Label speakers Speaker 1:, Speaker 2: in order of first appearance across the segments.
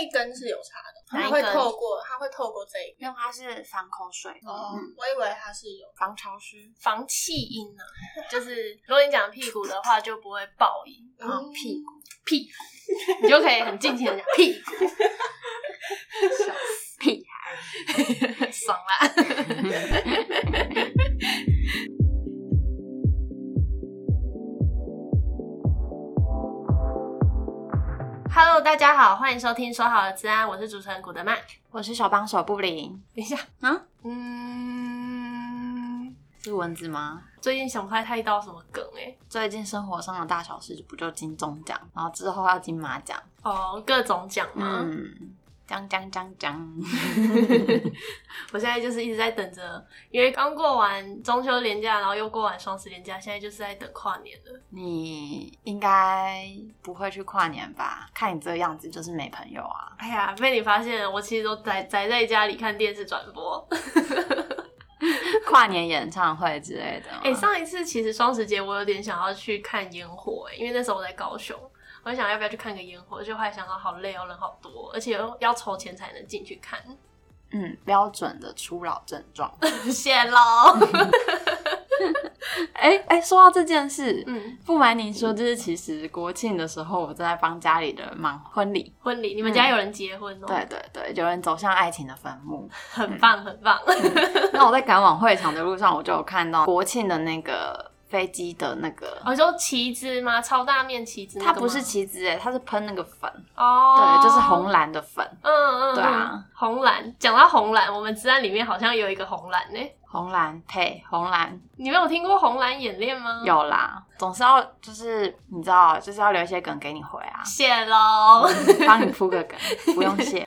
Speaker 1: 一根是有差的，
Speaker 2: 哪
Speaker 1: 它
Speaker 2: 一
Speaker 1: 会
Speaker 2: 根
Speaker 1: 透过它会透过这一
Speaker 2: 因为它是防口水，
Speaker 1: 根。哦
Speaker 2: 嗯，
Speaker 1: 我以为它是有嗯
Speaker 3: 防潮湿、防气音呢、啊，就是如果你讲屁股的话，就不会爆音。
Speaker 2: 然后
Speaker 1: 嗯
Speaker 2: 哦屁股屁股，你就可以很尽情的讲屁股，笑死屁孩，爽啦！
Speaker 3: Hello，大家好，欢迎收听《说好的治安》，我是主持人古德曼。
Speaker 2: 我是手帮手不灵，
Speaker 3: 等一下，
Speaker 2: 啊，
Speaker 3: 嗯，
Speaker 2: 是蚊子吗？
Speaker 3: 最近想不太到什么梗哎、
Speaker 2: 最近生活上的大小事不就金钟奖，然后之后要金马奖，
Speaker 3: 哦，各种奖嘛。
Speaker 2: 嗯，奖奖奖奖，
Speaker 3: 我现在就是一直在等着，因为刚过完中秋连假，然后又过完双十连假，现在就是在等跨年了。
Speaker 2: 你应该不会去跨年吧？看你这样子就是没朋友啊。
Speaker 3: 哎呀，被你发现了，我其实都宅宅在家里看电视转播。
Speaker 2: 跨年演唱会之类的吗。
Speaker 3: 哎、上一次其实双十节我有点想要去看烟火、哎，因为那时候我在高雄，我就想要不要去看个烟火，就后来想到好累哦，人好多，而且又要筹钱才能进去 看，
Speaker 2: 嗯，标准的初老症状。
Speaker 3: 谢喽。
Speaker 2: 哎哎，说到这件事，
Speaker 3: 嗯，
Speaker 2: 不瞒您说，就是其实国庆的时候，我正在帮家里人忙婚礼。
Speaker 3: 婚礼，你们家有人结婚哦、
Speaker 2: 嗯对，对对，有人走向爱情的坟墓。
Speaker 3: 很棒，很棒。
Speaker 2: 那我在赶往会场的路上，我就有看到国庆的那个飞机的那个，
Speaker 3: 我哦说旗子吗？超大面旗子那
Speaker 2: 它
Speaker 3: 个吗，
Speaker 2: 不是旗子哎，它是喷那个粉，
Speaker 3: 哦，
Speaker 2: 对，就是红蓝的粉，
Speaker 3: 嗯嗯，
Speaker 2: 对啊
Speaker 3: 嗯，红蓝。讲到红蓝，我们治安里面好像有一个红蓝呢、
Speaker 2: 红蓝配红蓝
Speaker 3: 你们有听过红蓝演练吗？，
Speaker 2: 有啦，总是要就是你知道，就是要留一些梗给你回啊，
Speaker 3: 谢喽。
Speaker 2: 帮你铺个梗，不用 谢。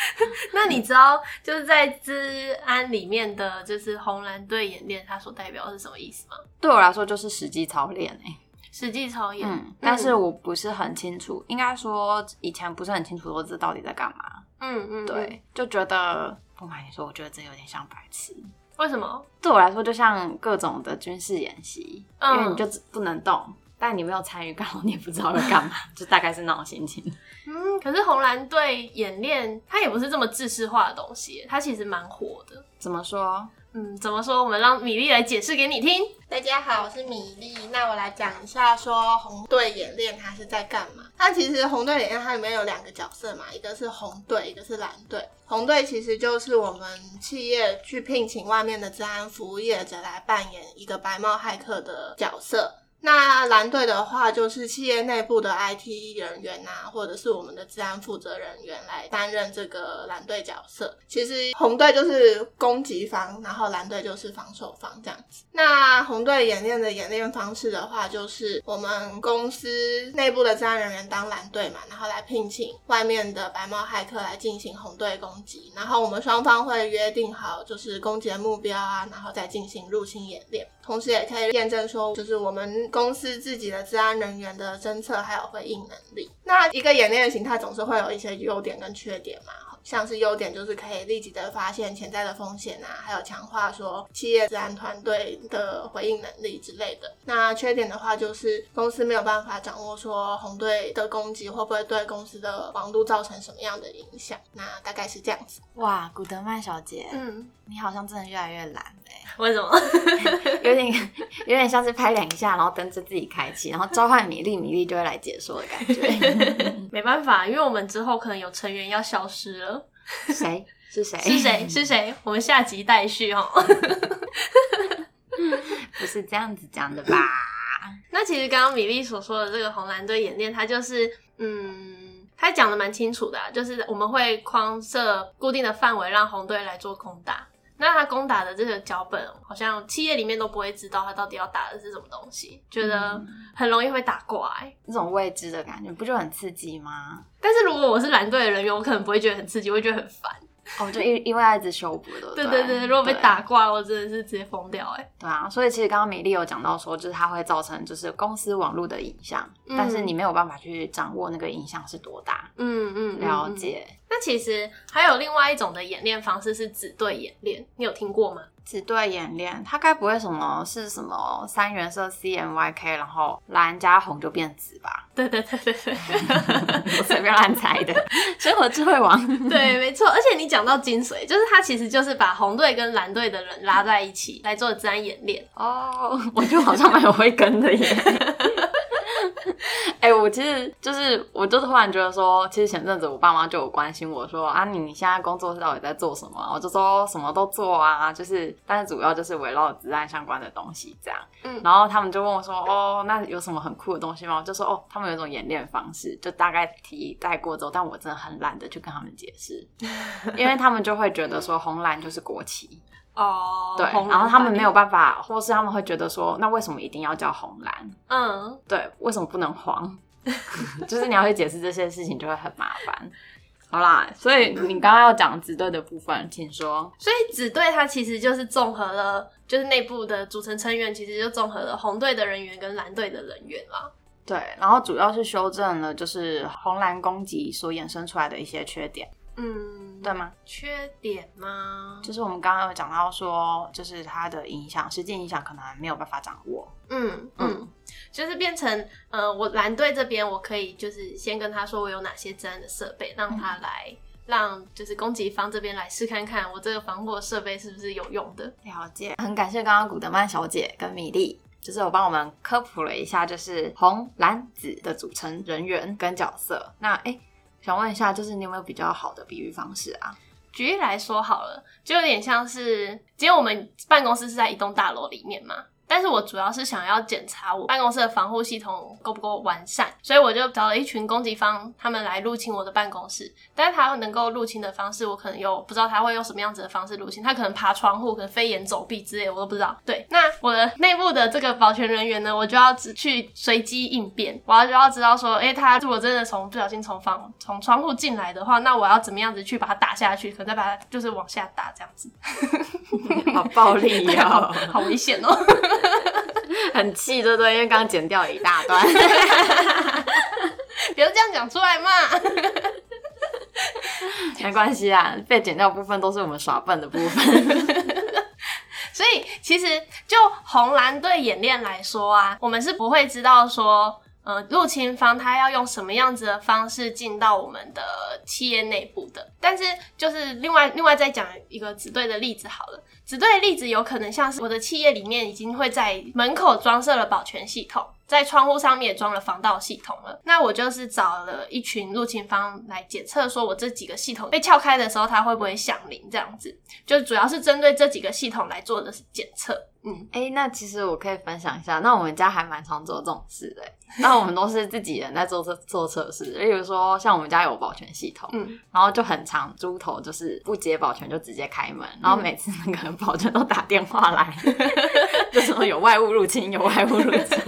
Speaker 3: 那你知道就是在治安里面的就是红蓝队演练，它所代表的是什么意思吗？
Speaker 2: 对我来说就是实际操练哎、
Speaker 3: 实际操演，
Speaker 2: 嗯，但是我不是很清楚，应该说以前不是很清楚说这到底在干嘛，
Speaker 3: 嗯嗯，嗯
Speaker 2: 对，，就觉得不瞒你说，我觉得这有点像白痴。
Speaker 3: 为什么？
Speaker 2: 对我来说，就像各种的军事演习，因为
Speaker 3: 嗯
Speaker 2: 你就只不能动，但你没有参与到， 你也不知道要干嘛，就大概是那种心情。
Speaker 3: 嗯，可是红蓝队演练它也不是这么制式化的东西，它其实蛮火的。
Speaker 2: 怎么说？
Speaker 3: 嗯，怎么说？我们让米粒来解释给你听。
Speaker 1: 大家好，我是米粒。那我来讲一下，说红队演练它是在干嘛？那其实红队演练它里面有两个角色嘛，一个是红队，一个是蓝队。红队其实就是我们企业去聘请外面的治安服务业者来扮演一个白帽骇客的角色。那蓝队的话，就是企业内部的 IT 人员啊，或者是我们的治安负责人员来担任这个蓝队角色。其实红队就是攻击方，然后蓝队就是防守方这样子。那红队演练的演练方式的话，就是我们公司内部的治安人员当蓝队嘛，然后来聘请外面的白帽骇客来进行红队攻击，然后我们双方会约定好就是攻击的目标啊，然后再进行入侵演练，同时也可以验证说，就是我们公司自己的治安人员的侦测还有回应能力。那一个演练的形态总是会有一些优点跟缺点嘛，像是优点就是可以立即的发现潜在的风险啊，还有强化说企业治安团队的回应能力之类的。那缺点的话就是公司没有办法掌握说红队的攻击会不会对公司的网络造成什么样的影响，那大概是这样子。
Speaker 2: 哇，古德曼小姐，
Speaker 3: 嗯，
Speaker 2: 你好像真的越来越懒哎、
Speaker 3: 为什么？
Speaker 2: 有点有点像是拍两下，然后灯就自己开启，然后召唤米粒，米粒就会来解说的感 觉。
Speaker 3: 没办法，因为我们之后可能有成员要消失了。
Speaker 2: 谁？是谁？
Speaker 3: 是谁？是谁？我们下集待续哦。
Speaker 2: 不是这样子讲的吧？
Speaker 3: 那其实刚刚米莉所说的这个红蓝队演练，它就是嗯，它讲的蛮清楚的啊、就是我们会框设固定的范围，让红队来做攻打。那他攻打的这个脚本，好像企业里面都不会知道他到底要打的是什么东西，觉得很容易会打怪、
Speaker 2: 那种未知的感觉，不就很刺激吗？
Speaker 3: 但是如果我是蓝队的人员，我可能不会觉得很刺激，我会觉得很烦。
Speaker 2: 哦，就因因为要一直修补，对不
Speaker 3: 对
Speaker 2: 对
Speaker 3: 对对，如果被打，挂，我真的是直接疯掉哎、
Speaker 2: 对对啊。所以其实刚刚米莉有讲到说，就是它会造成就是公司网络的影响，
Speaker 3: 嗯
Speaker 2: 但是你没有办法去掌握那个影响是多大。
Speaker 3: 嗯嗯，嗯
Speaker 2: 了。解，
Speaker 3: 那其实还有另外一种的演练方式是只对演练，你有听过吗？
Speaker 2: 只对演练，它该不会什么是什么三原色 C M Y K，然后蓝加红就变紫吧？
Speaker 3: 对对对对对，
Speaker 2: 我随便乱猜的， 生活智慧王。
Speaker 3: 对，没错。而且你讲到精髓，就是它其实就是把红队跟蓝队的人拉在一起来做自然演练。
Speaker 2: 哦，我就好像蛮有慧根的耶。 哎、我其实就是，我就突然觉得说，其实前阵子我爸妈就有关心我说啊，你你现在工作到底在做什么啊？我就说什么都做啊，就是，但是主要就是围绕子弹相关的东西这样。
Speaker 3: 嗯
Speaker 2: 然后他们就问我说，哦，那有什么很酷的东西吗？我就说，哦，他们有一种演练方式，就大概提带过之后，但我真的很懒得去跟他们解 释，因为他们就会觉得说红蓝就是国旗，
Speaker 3: 哦
Speaker 2: 对，然后他们没有办法，或是他们会觉得说，那为什么一定要叫红蓝？
Speaker 3: 嗯，
Speaker 2: 对，为什么不能黄？ 就是你要去解释这些事情，就会很麻烦。好啦，所以你刚刚要讲直对的部分，请说。
Speaker 3: 所以紫队它其实就是综合了，就是内部的组成成员其实就综合了红队的人员跟蓝队的人员啦。
Speaker 2: 对，然后主要是修正了就是红蓝攻击所衍生出来的一些缺点，
Speaker 3: 嗯，
Speaker 2: 对吗？
Speaker 3: 缺点吗？
Speaker 2: 就是我们刚刚有讲到说，就是它的影响，实际影响可能没有办法掌握。
Speaker 3: 嗯
Speaker 2: 嗯
Speaker 3: 嗯，就是变成呃，我蓝队这边我可以就是先跟他说我有哪些自然的设备，让他来。让就是攻击方这边来试看看，我这个防火设备是不是有用的？
Speaker 2: 了解，很感谢刚刚古德曼小姐跟米粒，就是有帮我们科普了一下，就是红蓝紫的组成人员跟角色。那哎、诶想问一下，就是你有没有比较好的比喻方式啊？
Speaker 3: 举例来说好了，就有点像是，今天我们办公室是在一栋大楼里面嘛，但是我主要是想要检查我办公室的防护系统够不够完善，所以我就找了一群攻击方，他们来入侵我的办公室。但是他能够入侵的方式，我可能有不知道他会用什么样子的方式入侵，他可能爬窗户，可能飞檐走壁之类，我都不知道。对，那我的内部的这个保全人员呢，我就要只去随机应变，我要就要知道说，诶、他如果真的从不小心从房从窗户进来的话，那我要怎么样子去把他打下去，可能再把他就是往下打这样子，
Speaker 2: 好暴 力
Speaker 3: 好
Speaker 2: 哦，
Speaker 3: 好危险哦。
Speaker 2: 很气，对不对？因为刚刚剪掉了一大 段。
Speaker 3: 不要这样讲出来嘛！
Speaker 2: 没关系啊，被剪掉的部分都是我们耍笨的部分。
Speaker 3: 所以其实就红蓝队演练来说啊，我们是不会知道说，呃，入侵方他要用什么样子的方式进到我们的企业内部的。但是就是另外另外再讲一个子队的例子好了，子队的例子有可能像是我的企业里面已经会在门口装设了保全系统。在窗户上面也装了防盗系统了，那我就是找了一群入侵方来检测，说我这几个系统被撬开的时候，它会不会响铃这样子。就主要是针对这几个系统来做的检测。嗯，
Speaker 2: 哎、那其实我可以分享一下，那我们家还蛮常做这种事的、那我们都是自己人在做测做测试，例如说像我们家有保全系统，
Speaker 3: 嗯，
Speaker 2: 然后就很长，猪头就是不接保全就直接开门，然后每次那个保全都打电话 来，就说有外物入侵，有外物入侵。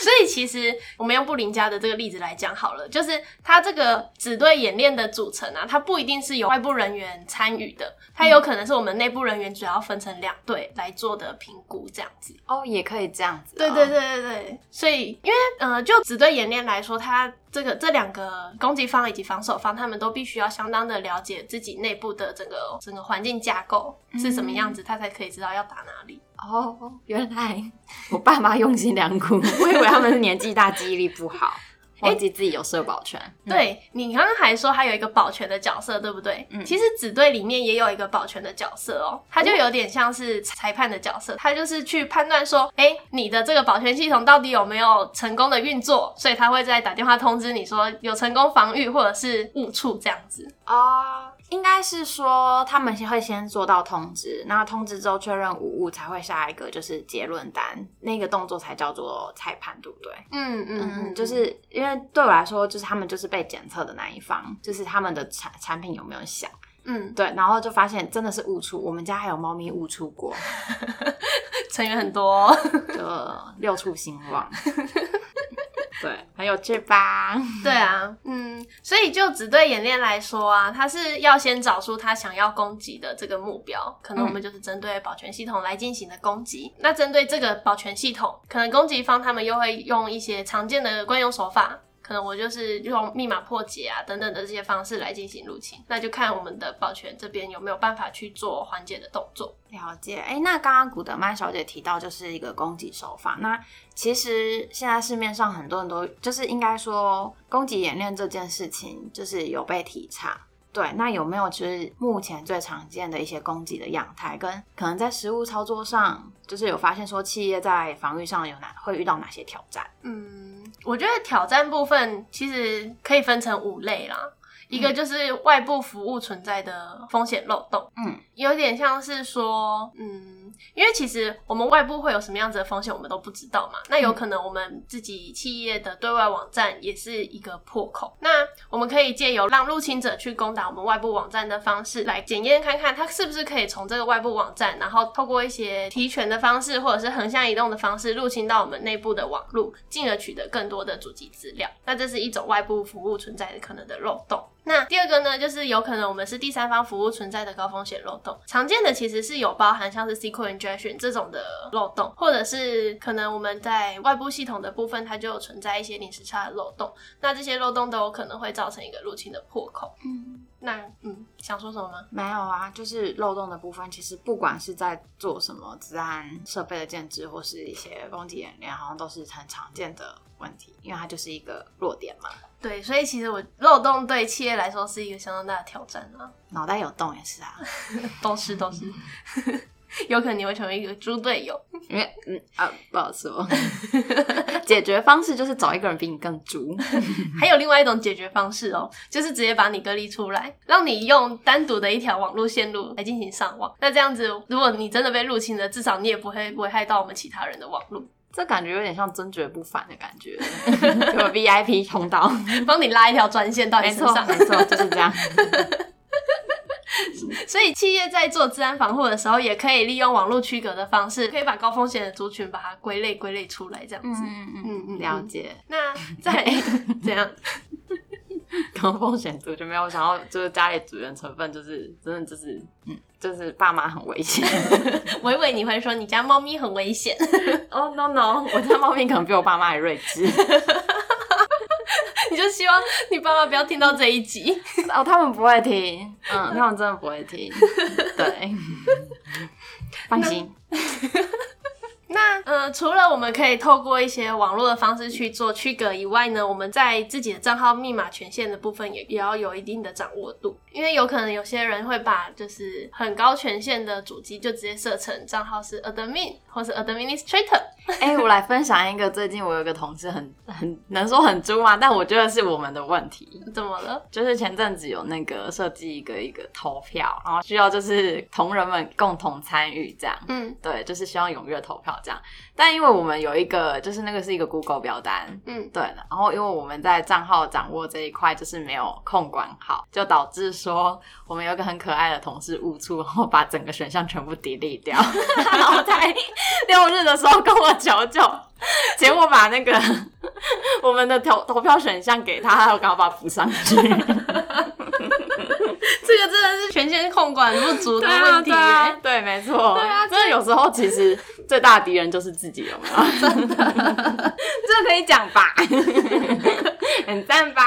Speaker 3: 所以其实我们用布林家的这个例子来讲好了，就是它这个只对演练的组成啊，它不一定是由外部人员参与的，它有可能是我们内部人员主要分成两队来做的评估这样子。
Speaker 2: 哦，也可以这样子、
Speaker 3: 对对，对对对，所以因为呃，就只对演练来说，它这个这两个攻击方以及防守方，他们都必须要相当的了解自己内部的整个整个环境架构是什么样子，他才可以知道要打哪里。
Speaker 2: 哦，原来我爸妈用心良苦， 我以为他们是年纪大，记忆力不 好，忘记自己有社保全。
Speaker 3: 对你刚刚还说还有一个保全的角色，对不对？
Speaker 2: 嗯
Speaker 3: 其实子队里面也有一个保全的角色哦，他就有点像是裁判的角色，他就是去判断说，哎，你的这个保全系统到底有没有成功的运作，所以他会再打电话通知你说有成功防御或者是误触这样子。
Speaker 2: 哦，应该是说他们先会先做到通知，那通知之后确认无误，才会下一个就是结论单，那个动作才叫做裁判，对不对？
Speaker 3: 嗯嗯
Speaker 2: 嗯，就是因为对我来说，就是他们就是被检测的那一方，就是他们的产产品有没有响，
Speaker 3: 嗯，
Speaker 2: 对，然后就发现真的是误触，我们家还有猫咪误触过，
Speaker 3: 成员很多、哦。
Speaker 2: 就六触兴旺， 对，很有趣吧？
Speaker 3: 对啊，嗯，所以就只对演练来说啊，他是要先找出他想要攻击的这个目标，可能我们就是针对保全系统来进行的攻击。那针对这个保全系统，可能攻击方他们又会用一些常见的惯用手法。可能我就是用密码破解啊等等的这些方式来进行入侵，那就看我们的保全这边有没有办法去做缓解的动作。
Speaker 2: 了解，哎，那刚刚古德曼小姐提到就是一个攻击手法，那其实现在市面上很多人都就是应该说攻击演练这件事情就是有被提倡，对，那有没有就是目前最常见的一些攻击的样态，跟可能在实物操作上，就是有发现说企业在防御上有哪会遇到哪些挑战？
Speaker 3: 嗯，我觉得挑战部分其实可以分成五类啦。一个就是外部服务存在的风险漏洞，
Speaker 2: 嗯，
Speaker 3: 有点像是说，嗯，因为其实我们外部会有什么样子的风险，我们都不知道嘛。那有可能我们自己企业的对外网站也是一个破口，那我们可以借由让入侵者去攻打我们外部网站的方式来检验看看，他是不是可以从这个外部网站，然后透过一些提权的方式或者是横向移动的方式入侵到我们内部的网路，进而取得更多的主机资料。那这是一种外部服务存在的可能的漏洞。那第二个呢，就是有可能我们是第三方服务存在的高风险漏洞，常见的其实是有包含像是 SQL injection 这种的漏洞，或者是可能我们在外部系统的部分它就有存在一些零时差的漏洞，那这些漏洞都有可能会造成一个入侵的破口。
Speaker 2: 嗯，
Speaker 3: 那嗯，想说什么吗？
Speaker 2: 没有啊，就是漏洞的部分，其实不管是在做什么治安设备的建制，或是一些攻击演练，好像都是很常见的问题，因为它就是一个弱点嘛。
Speaker 3: 对，所以其实我漏洞对企业来说是一个相当大的挑战啊，
Speaker 2: 脑袋有洞也是啊，
Speaker 3: 都是都是，有可能你会成为一个猪队友。
Speaker 2: 因为嗯啊，不好 说。解决方式就是找一个人比你更足。
Speaker 3: 还有另外一种解决方式哦，就是直接把你隔离出来，让你用单独的一条网络线路来进行上网。那这样子，如果你真的被入侵了，至少你也不会危害到我们其他人的网络，
Speaker 2: 这感觉有点像尊爵不凡的感 觉，有 VIP 通道。
Speaker 3: 帮你拉一条专线到你
Speaker 2: 没
Speaker 3: 身
Speaker 2: 错，
Speaker 3: 上
Speaker 2: 没。错，就是这样。
Speaker 3: 所以企业在做治安防护的时候，也可以利用网络区隔的方式，可以把高风险的族群把它归类归类出来，这样子。
Speaker 2: 嗯
Speaker 3: 嗯嗯，
Speaker 2: 了
Speaker 3: 嗯。
Speaker 2: 解。
Speaker 3: 那 在怎样？
Speaker 2: 高风险族群没有想到，就是家里组员成分，就是真的就是，嗯，就是爸妈很危险。
Speaker 3: 维维你会说你家猫咪很危险，
Speaker 2: 哦、no no，我 家猫咪可能比我爸妈还睿智。
Speaker 3: 你就希望你爸妈不要听到这一集。
Speaker 2: 哦，他们不会听，嗯，他们真的不会听。对，放心。
Speaker 3: 那呃，除了我们可以透过一些网络的方式去做区隔以外呢，我们在自己的账号密码权限的部分也也要有一定的掌握度，因为有可能有些人会把就是很高权限的主机就直接设成账号是 admin 或是 administrator，
Speaker 2: 哎、我来分享一个，最近我有个同事很很能说很猪嘛，但我觉得是我们的问题。
Speaker 3: 怎么了？
Speaker 2: 就是前阵子有那个设计一个一个投票，然后需要就是同仁们共同参与这样。
Speaker 3: 嗯
Speaker 2: 对，就是希望踊跃投票这样。但因为我们有一个，就是那个是一个 Google 表单，
Speaker 3: 嗯，
Speaker 2: 对。然后因为我们在账号掌握这一块就是没有控管好，就导致说我们有一个很可爱的同事误触，然后把整个选项全部 delete 掉， 然后在六日的时候跟我求救，结果把那个 我们的投投票选项给他，他又刚好把它补上去。
Speaker 3: 这个真 的是权限控管不足的
Speaker 2: 对啊，
Speaker 3: 问题
Speaker 2: 对
Speaker 3: 耶。
Speaker 2: 啊，对，没错，对啊，真的有时候其实最大的敌人就是自己，有没有？ 真的，这可以讲吧？ 很赞吧？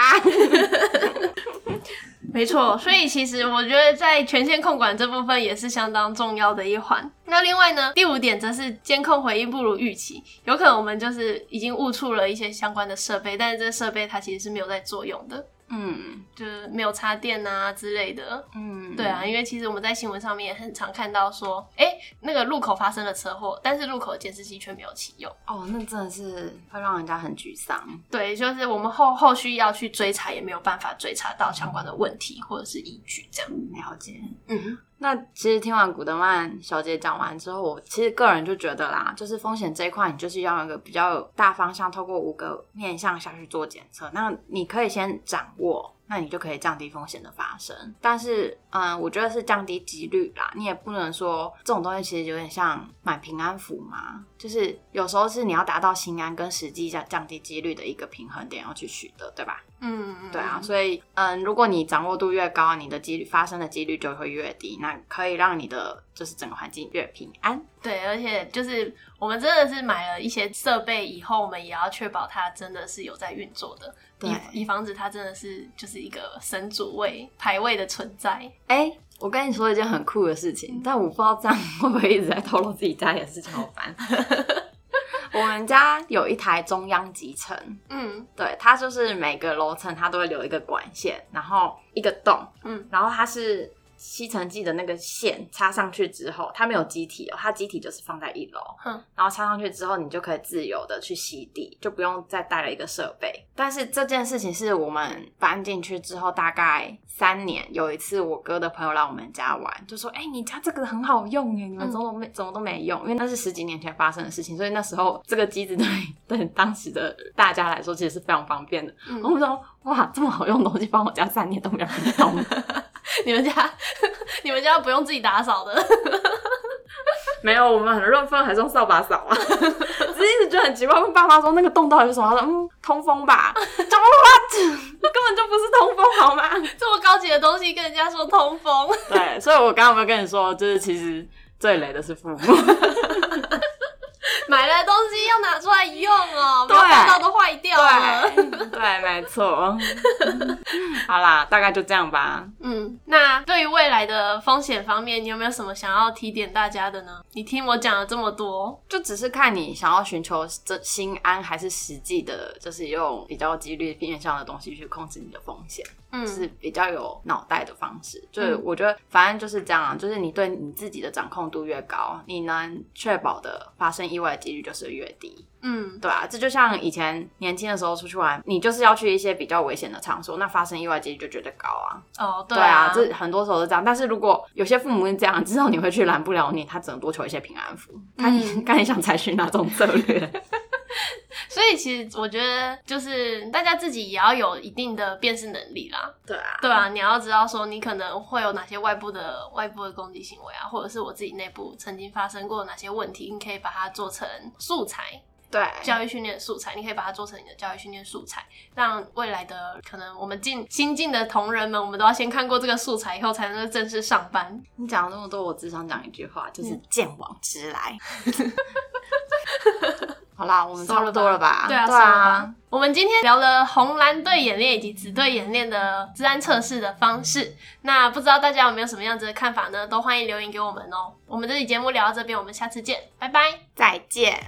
Speaker 3: 没错，所以其实我觉得在权限控管这部分也是相当重要的一环。那另外呢，第五点则是监控回应不如预期，有可能我们就是已经误触了一些相关的设备，但是这设备它其实是没有在作用的，
Speaker 2: 嗯
Speaker 3: 就是没有插电啊之类的。
Speaker 2: 嗯，
Speaker 3: 对，啊，因为其实我们在新闻上面也很常看到说，哎、那个路口发生了车祸，但是路口的监视器却没有启用。
Speaker 2: 哦，那真的是会让人家很沮丧。
Speaker 3: 对，就是我们后后续要去追查，也没有办法追查到相关的问题或者是依据这样。
Speaker 2: 了解。
Speaker 3: 嗯。
Speaker 2: 那其实听完古德曼小姐讲完之后，我其实个人就觉得啦，就是风险这一块，你就是要有一个比较有大方向，透过五个面向下去做检测。那你可以先掌握，那你就可以降低风险的发生。但是，嗯，我觉得是降低几率啦，你也不能说这种东西其实有点像买平安符嘛，就是有时候是你要达到心安跟实际降降低几率的一个平衡点要去取得，对吧？
Speaker 3: 嗯，
Speaker 2: 对啊，所以嗯，如果你掌握度越高，你的几率发生的几率就会越低，那可以让你的就是整个环境越平安。
Speaker 3: 对，而且就是我们真的是买了一些设备以后，我们也要确保它真的是有在运作的，
Speaker 2: 对
Speaker 3: 以以防止它真的是就是一个神主位排位的存在。
Speaker 2: 哎、我跟你说一件很酷的事情，但我不知道这样会不会一直在透露自己家里的事情，好烦。 我们家有一台中央集成，
Speaker 3: 嗯，
Speaker 2: 对，它就是每个楼层它都会留一个管线，然后一个洞，
Speaker 3: 嗯，
Speaker 2: 然后它是吸尘器的那个线插上去之后，它没有机体哦，它机体就是放在一楼，
Speaker 3: 嗯，
Speaker 2: 然后插上去之后，你就可以自由的去吸地，就不用再带了一个设备。但是这件事情是我们搬进去之后大概三年，有一次我哥的朋友来我们家玩，就说：“哎、你家这个很好用耶，你们
Speaker 3: 嗯
Speaker 2: 怎么没、怎么都没用？”因为那是十几年前发生的事情，所以那时候这个机子对 对当时的大家来说其实是非常方便的。
Speaker 3: 嗯
Speaker 2: 然后我说：“哇，这么好用的东西，放我家三年都没有人用。”
Speaker 3: 你们家 你们家不用自己打扫的，
Speaker 2: 没有，我们很认份，还是用扫把扫 啊。只是一直觉得很奇怪，问爸妈说那个洞到底是什么？他说嗯，通风吧。 怎么 what？根本就不是通风好吗？
Speaker 3: 这么高级的东西跟人家说通风，
Speaker 2: 对，所以我刚刚有没有跟你说，就是其实最雷的是父母。
Speaker 3: 买了东西要拿出来用哦，不要
Speaker 2: 对
Speaker 3: 放到都坏掉了。
Speaker 2: 对， 对，没 错。好啦，大概就这样吧。
Speaker 3: 嗯，那对于未来的风险方面，你有没有什么想要提点大家的呢？你听我讲了这么多，
Speaker 2: 就只是看你想要寻求这心安，还是实际的，就是用比较几率面向的东西去控制你的风险。
Speaker 3: 嗯，
Speaker 2: 是比较有脑袋的方式。就是
Speaker 3: 嗯
Speaker 2: 我觉得，反正就是这样啊，就是你对你自己的掌控度越高，你能确保的发生意外的几率就是越低。
Speaker 3: 嗯
Speaker 2: 对啊，这就像以前年轻的时候出去玩，你就是要去一些比较危险的场所，那发生意外几率就觉得高啊。
Speaker 3: 哦，对
Speaker 2: 对啊，这很多时候是这样。但是如果有些父母是这样，知道你会去拦不了你，他只能多求一些平安符，看你、
Speaker 3: 嗯
Speaker 2: 看你想采取哪种策略。
Speaker 3: 所以其实我觉得就是大家自己也要有一定的辨识能力啦。
Speaker 2: 对啊，
Speaker 3: 对啊，你要知道说你可能会有哪些外部的外部的攻击行为啊，或者是我自己内部曾经发生过哪些问题，你可以把它做成素材，
Speaker 2: 对，
Speaker 3: 教育训练素材，你可以把它做成你的教育训练素材，让未来的可能我们进新进的同仁们，我们都要先看过这个素材以后，才能正式上班。
Speaker 2: 你讲了那么多，我只想讲一句话，就是见往知来。好啦，我们差不多了吧？
Speaker 3: 对啊，
Speaker 2: 对
Speaker 3: 算了吧
Speaker 2: 啊，
Speaker 3: 我们今天聊了红蓝队演练以及紫队演练的治安测试的方式，那不知道大家有没有什么样子的看法呢？都欢迎留言给我们哦。我们这期节目聊到这边，我们下次见，拜拜。
Speaker 2: 再见。